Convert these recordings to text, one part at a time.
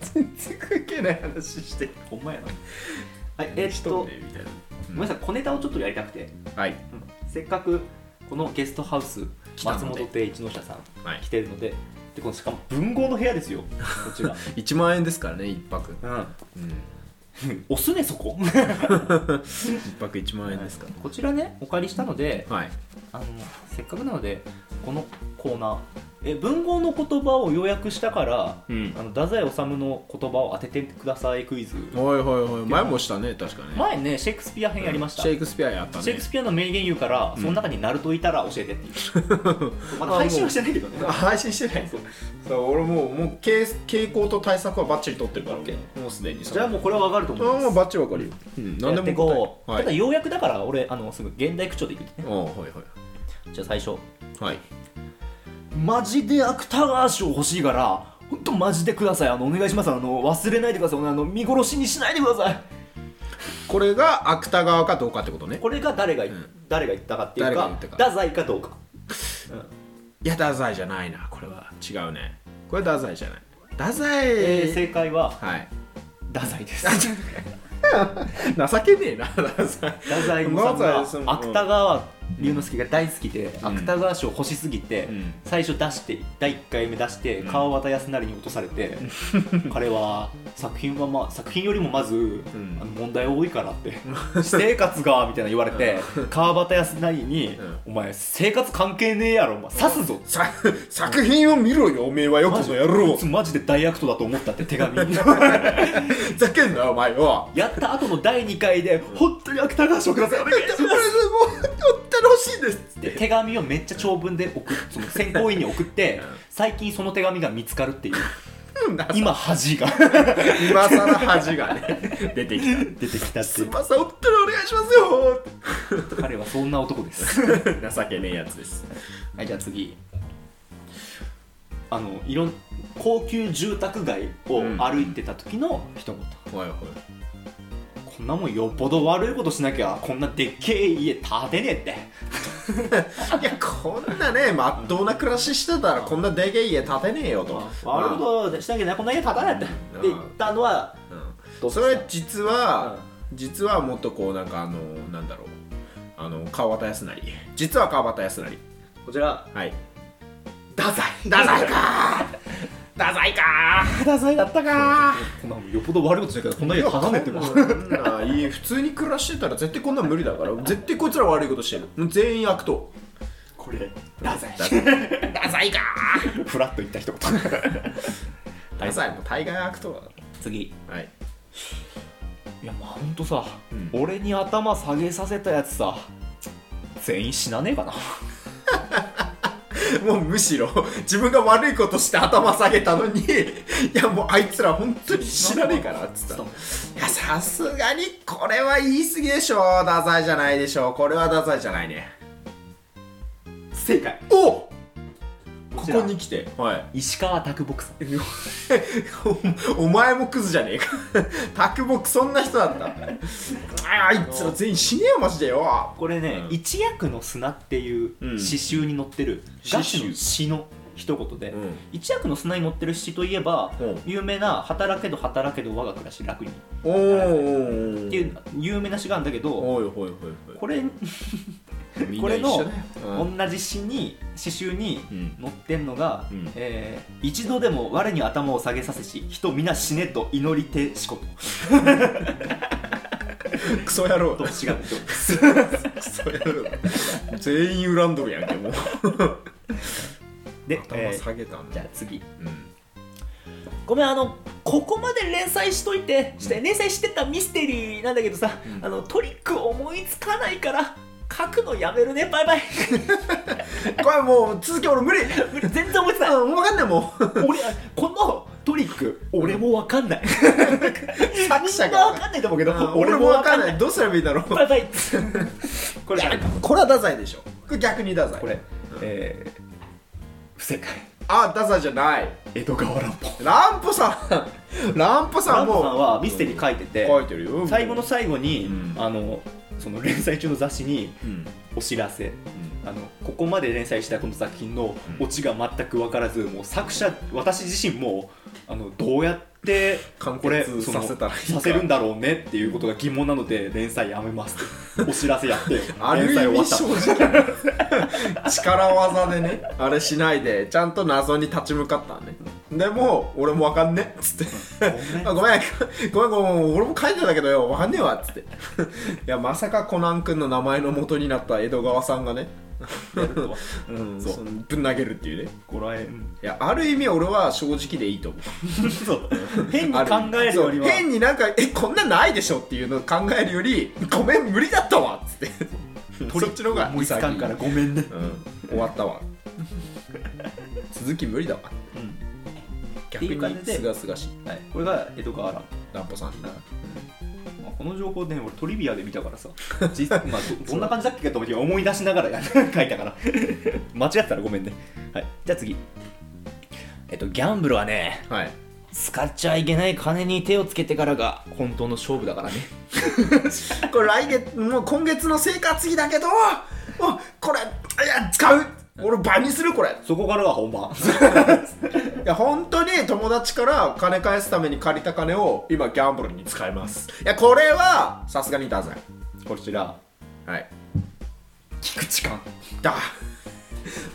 全然関係ない話してほんまやな。はい、えーっと、ねみたいな、ごめんなさい、小ネタをちょっとやりたくて、はいうんせっかくこのゲストハウス、来たの松で本亭一ノ社さんはい来てるので、でこのしかも文豪の部屋ですよ、こっちが。 1万円ですからね一泊 うん、うん押すね、そ こ。一泊1万円ですかこちらね、お借りしたので、らはいあのせっかくなので、このコーナー、え文豪の言葉を要約したから、うんあの太宰治の言葉を当ててくださいクイズ。はいはいはい前もしたね確かね前ね、シェイクスピア編やりました。シェイクスピアやったねシェイクスピアの名言言うから、うんその中にナルトいたら教えてっていう まだ配信はしてないけどねあ配信してないそうさあ俺もうもう傾傾向と対策はバッチリ取ってるから OK もうすで にじゃあもうこれは分かるとう思いあもうますバッチリわかるよ、うん、や何ってでいもこう、答えたはだいようやくだから俺あのすぐ現代口調でいくねああはいじゃあ最初はいはいマジで芥川賞欲しいからほんとマジでくださいあのお願いしますあの忘れないでくださいあの見殺しにしないでくださいこれが芥川かどうかってことねこれが誰が,、ん誰が言ったかっていう誰がか言ったか太宰かどうか、うんいや太宰じゃないなこれは違うねこれ太宰じゃない太宰、えー正解ははい太宰 です情けねえな太宰太宰治さんが太宰さんも芥川龍之介が大好きで、芥川賞欲しすぎて、うん最初出して第1回目出して、うん川端康成に落とされ て、彼は作品は、まあ、作品よりもまず、んあの問題多いからって 私生活がみたいな言われて、川端康成に、うんお前生活関係ねえやろお前刺すぞ」さ作品を見ろよおめえはよマくジの野郎こいつマジで大悪党だと思ったって手 紙ふざけんなお前よやった後の第2回で「本当に芥川賞くださいお願いしますこれもう楽しいですっつってで手紙をめっちゃ長文で送 っその選考委員に送って、うん最近その手紙が見つかるっていう今恥が 今さら恥がね出てきた出てきたってす いいうません本当にお願いしますよ彼はそんな男です 情けねえやつです はいじゃあ次あのいろん高級住宅街を歩いてた時の一言、怖い怖いこんなもんよっぽど悪いことしなきゃこんなでっけえ家建てねえっていやこんなねまっとうな暮らししてたらこんなでけえ家建てねえよと悪いことしなきゃこんな家建たないって、うんって言ったのはうんそれ実は実はもっとこうなんかあのなんだろうあの川端康成実は川端康成こち らはい太宰 ダサいかー ダサいかーダサいだったかこんなもんよっぽど悪いことしなきゃこんな家建たねえって ばいい普通に暮らしてたら絶対こんなん無理だから絶対こいつら悪いことしてるもう全員悪党これダサいダサいダサいかフラッと言った一言ーダサいもう大概悪党次だはいいやまあほんとさ、うん俺に頭下げさせたやつさ全員死なねえかなもうむしろ自分が悪いことして頭下げたのにいやもうあいつら本当に知らねえからっつったちょいっやさすがにこれは言い過ぎでしょダサいじゃないでしょこれはダサいじゃないねと正解おここここにに来てはい石川啄木さんおお前もクズじゃねえか卓木そんな人だったああいつら全員死ねえよマジでよこれね、うん一役の砂っていううん詩集に載ってる詩集ガチの詩の一言で、うん一役の砂に載ってる詩といえば、うん有名な「働けど働けど我が暮らし楽に」っおーおーていう有名な詩があるんだけどおいおいおいおいこれみんなこれ一緒のだようん同じ詩に詩集にうん載ってんのが、うんえー一度でも我に頭を下げさせし人皆死ねと祈りてしことクソ野郎と詩 が出ておりますクソ野郎全員恨んどるやんけもうで、頭えー下げたんじだ、ゃあ次うんごめんあのここまで連載しといてして連載してたミステリーなんだけどさ、うんあのトリック思いつかないから書くのやめるねバイ バイこれもう続き俺無理無理全然思いつかないうん分かんないもう 俺このトリック俺 もわかんない作み者んなわがかんないと思うけうどん俺もわ分かんないどうすればいいだろうバイバイ これこれは太宰でしょこれ逆に太宰これ、えー、不正解あ太宰じゃない江戸川乱歩ランポさん ランポさ乱んも歩さんはミステリー書いてて、書いてるよ最後の最後に、うんあのその連載中の雑誌にうんお知らせあのここまで連載したこの作品のうんオチが全く分からずもう作者私自身もああのどうやって完これ結そのさせたらいいかさせるんだろうねっていうことが疑問なので連載やめますってお知らせやってよある連載意終わっ味た正直力技でねあれしないでちゃんと謎に立ち向かったねでも俺もわかんねっつってごめんあごめんごめんごめん俺も書いてたけどよわかんねえわっつって いやまさかコナン君の名前の元になった江戸川さんがね、やるとはうん、そうそのぶん投げるっていうねこらえんいやある意味俺は正直でいいと思うそう変にあ考えるよりはそう変になんか「えこんなないでしょ」っていうのを考えるより「ごめん無理だったわ」っつってそっちの方が思いつかんからごめんね、うん、終わっ たわ続き無理だわうん逆っていう感にじですがすがしいはい、これが江戸川乱歩ランポさんなまあこの情報ね、俺トリビアで見た からさ、実まあ、どどんな感じだっけかと思って思い出しながらや 書いたから、間違ってたらごめんね。はい、じゃあ次。えっと、ギャンブルはね、はい使っちゃいけない金に手をつけてからが本当の勝負だからね。これ来月もう今月の生活費だけどもうこれいや使う俺倍にするこれい そこからが本番。 や本当に友達から金返すために借りた金を今ギャンブルに使いますいやこれはさすがにダサいこちら、はい菊池館。だ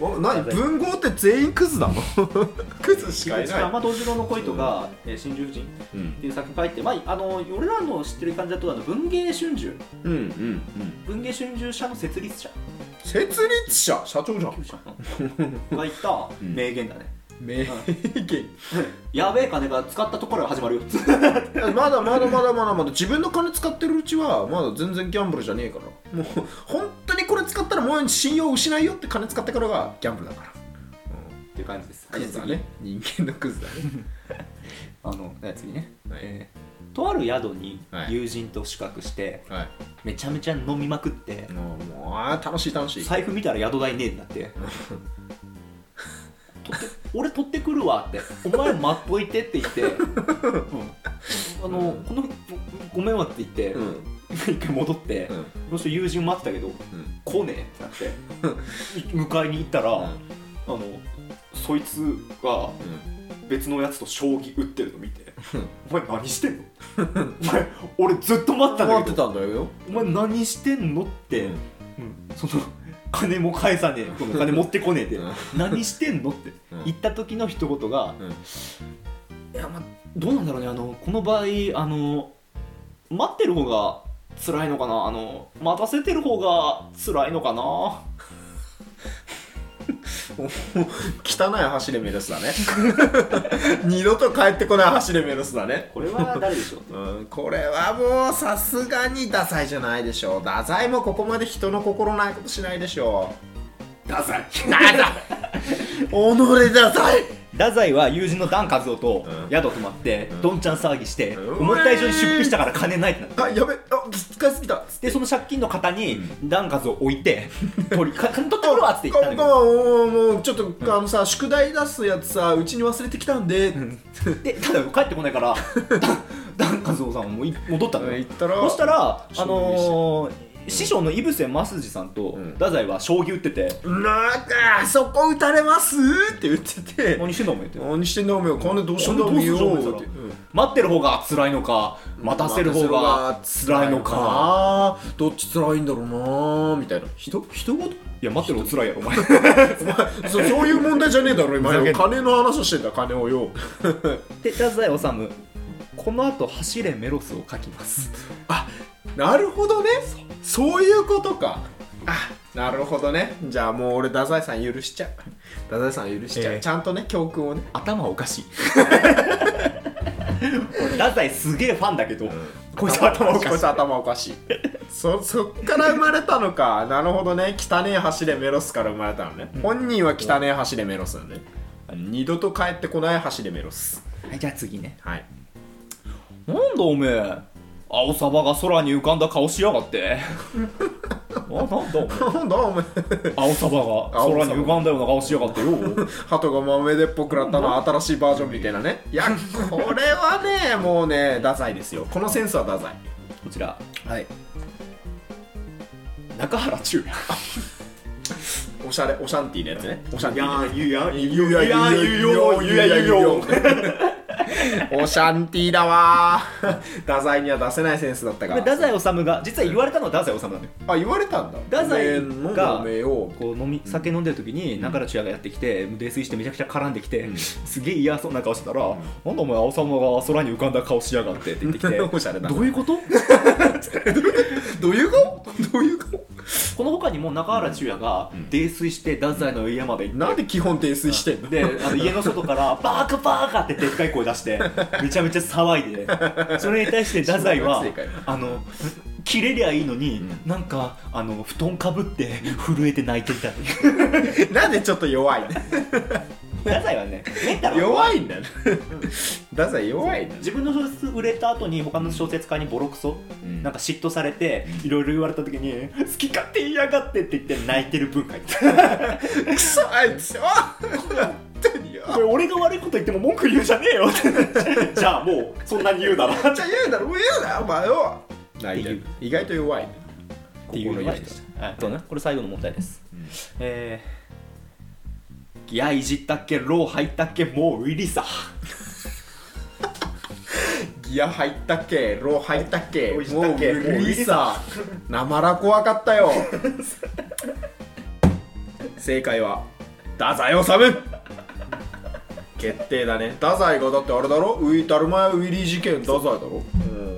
お何文豪って全員クズなの クズし菊かい池館、ない、まあ、藤次郎の恋とか、えー新十人っうん、ていう作品書いて、まあ、あの、俺らの知ってる感じだと、あの文芸春秋、うんうんうん文芸春秋社の設立 者、設立者社長じゃん旧社のが言った名言だね。名言やべえ金が使ったところが始ま るよまだまだまだまだまだ自分の金使ってるうちはまだ全然ギャンブルじゃねえからもう本当にこれ使ったらもう信用失いよって金使ってからがギャンブルだからっていう感じですクズだね人間のクズだねあのはい次ね、はいえーとある宿にはい友人と宿泊して、はいめちゃめちゃ飲みまくってもうもうあー楽しい楽しい財布見たら宿代ねえんだって取って俺取ってくるわってお前待っといてって 言って、あのこのごめんわって言って、うん一回戻って、うんその人友人待ってたけどうん来ねえってな って迎えに行ったら、うんあのそいつが別のやつと将棋打ってるの見てうん「お前何してんのお前俺ずっと待ってたん困だってけどたんだよお前何してんの?」って、うんうんその金も返さねえこの金持ってこねえってうん何してんのってうん言った時の一言がう「んいやまあどうなんだろうねあのこの場合あの待ってる方が辛いのかなあの待たせてる方が辛いのかな」汚い走れメロスだね二度と帰ってこない走れメロスだねこれは誰でしょううん、これはもうさすがにダサいじゃないでしょうダサいもここまで人の心ないことしないでしょダザイうダサい己ダサい太宰は友人のダン和夫とうん宿泊まってうんどんちゃん騒ぎしてうん思った以上に出費したから金ないってなってあやべあ使いすぎたでその借金の方にダン和夫を置いて「取りか金取ってくるわ」っつって言ごっためんんだごめんもうもうちょっと、あのさ宿題出すやつさうちに忘れてきたんで、けどでただ帰ってこないからダン和夫さんはもうい戻ったのうんよ行ったらそしたら将棋あのー師匠の井伏正治さんとうん太宰は将棋打っててなんかあそこ打たれますって言って「て何してんだお前」って何してんだおめえ金どうしたんだお金どうめすんえよだおめえそらってうん待ってる方が辛いのか待たせる方が辛いのかどっち辛いんだろうなみたいな人人ごといや待ってる方が辛いやろお前 そそういう問題じゃねえだろ今ふざけんな金の話をしてんだ金をよで太宰治この後走れメロスを書きますあなるほどねそういうことかあなるほどねじゃあもう俺太宰さん許しちゃう太宰さん許しちゃう、ええちゃんとね教訓をね頭おかしい俺太宰すげえファンだけど、こいつ頭おかしこいいつ頭おかしいそそっから生まれたのかなるほどね汚え橋でメロスから生まれたのね本人は汚え橋でメロスだね二度と帰ってこない橋でメロスはいじゃあ次ねはいなんだおめえ青サバが空に浮かんだ顔しやがって あなんだおめえなんだお前青サバが空に浮かんだような顔しやがってよ鳩が豆でっぽくらったのは新しいバージョンみたいなねいやこれはねもうねダサいですよこのセンスはダサいこちらはい中原中也おしゃれおシャンティーのやつねおしゃんティーゆやゆやゆやゆよゆやゆよオシャンティーだわー太宰には出せないセンスだったこかれら太宰治が実は言われたのは太宰治なのよあ言われたんだ太宰おめえがのおめえをこう飲み酒飲んでる時にん中田千也がやってきて泥酔してめちゃくちゃ絡んできて、うんすげえ嫌そうな顔してたら、んなんでお前青様が空に浮かんだ顔しやがってって言って きておしゃれだなどういう ことどういう顔どういう顔この他にも中原中也がうん泥酔して太宰の家まで行って、なんで基本泥酔してんのであの家の外 から「バーカバーカ!」ってでっかい声出してめちゃめちゃ騒い でそれに対して太宰は小学生かよあの切れりゃいいのに、うなんかあの布団かぶって震えて泣いてい たっていうなんでちょっと弱いの太宰はねメンタルが弱いんだね太宰弱いんだね自分の小説売れた後に他の小説家にボロクソ、うんなんか嫉妬されていろいろ言われた時に「好き勝手言いやがって」って言って泣いてる文化い たくそあいつあ本当によこれ俺が悪いこと言っても文句言うじゃねえよ ってじゃあもうそんなに言うならっじゃあ言うならもう言うなお前よいてる意外と弱いねていうの心が弱いですはいそうねこれ最後の問題です、うんえーギャいじったっけロー入ったっけもうウィリさギア入ったっけロー入ったっけロもーう入ったっけもうリサなまら怖かったよ正解は太宰治決定だね太宰がだってあれだろウィタルマウィリー事件太宰だろ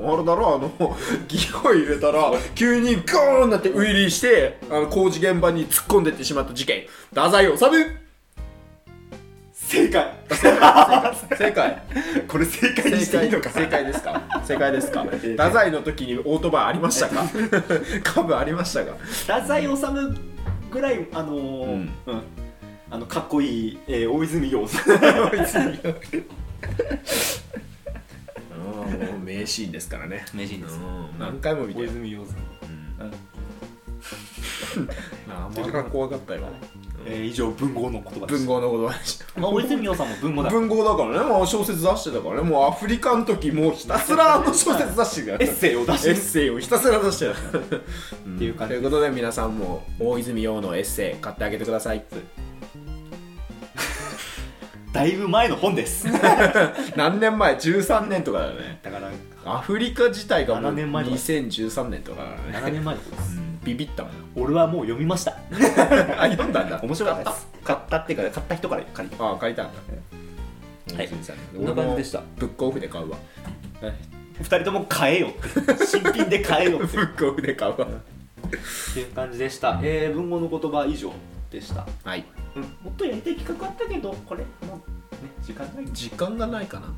うんあれだろあの ギアを入れたら急にゴーンなってウィリーしてあの工事現場に突っ込んでってしまった事件太宰治正解 正解これ正解に正してい解いのか正解ですか正解 ですかえ太宰の時にオートバイありました か株ありましたか太宰治ぐらいあのーうんうんあのかっこいい、えー大泉洋さんうんもう名シーンですからね名人うん何回も見て大る泉洋さん、うんあまが怖かったよえー以上文豪の言葉です文豪のことでしたまあ大泉洋さんも文豪だから文豪だからね、まあ、小説出してたからねもうアフリカの時もうひたすらあの小説出してたエッセイを出してエッるセイをひたすら出してた っていう感じということで皆さんも大泉洋のエッセイ買ってあげてくださいだいぶ前の本です何年前13年とかだよねだからアフリカ自体がもう7年前とか2013年とかだ7ね年前の本ですビビったもん 俺はもう読みましたあ読んだんだ面白かったです買ったっていうか買った人から借りああ借りたんだはいここんな感じでしたブックオフで 買うわ2人とも買えよって新品で買えよブってックオフで買う わっていう感じでした、えー文豪の言葉以上でした、はいうんもっとやりたい企画あったけどこれもうね時間ない時間がないかな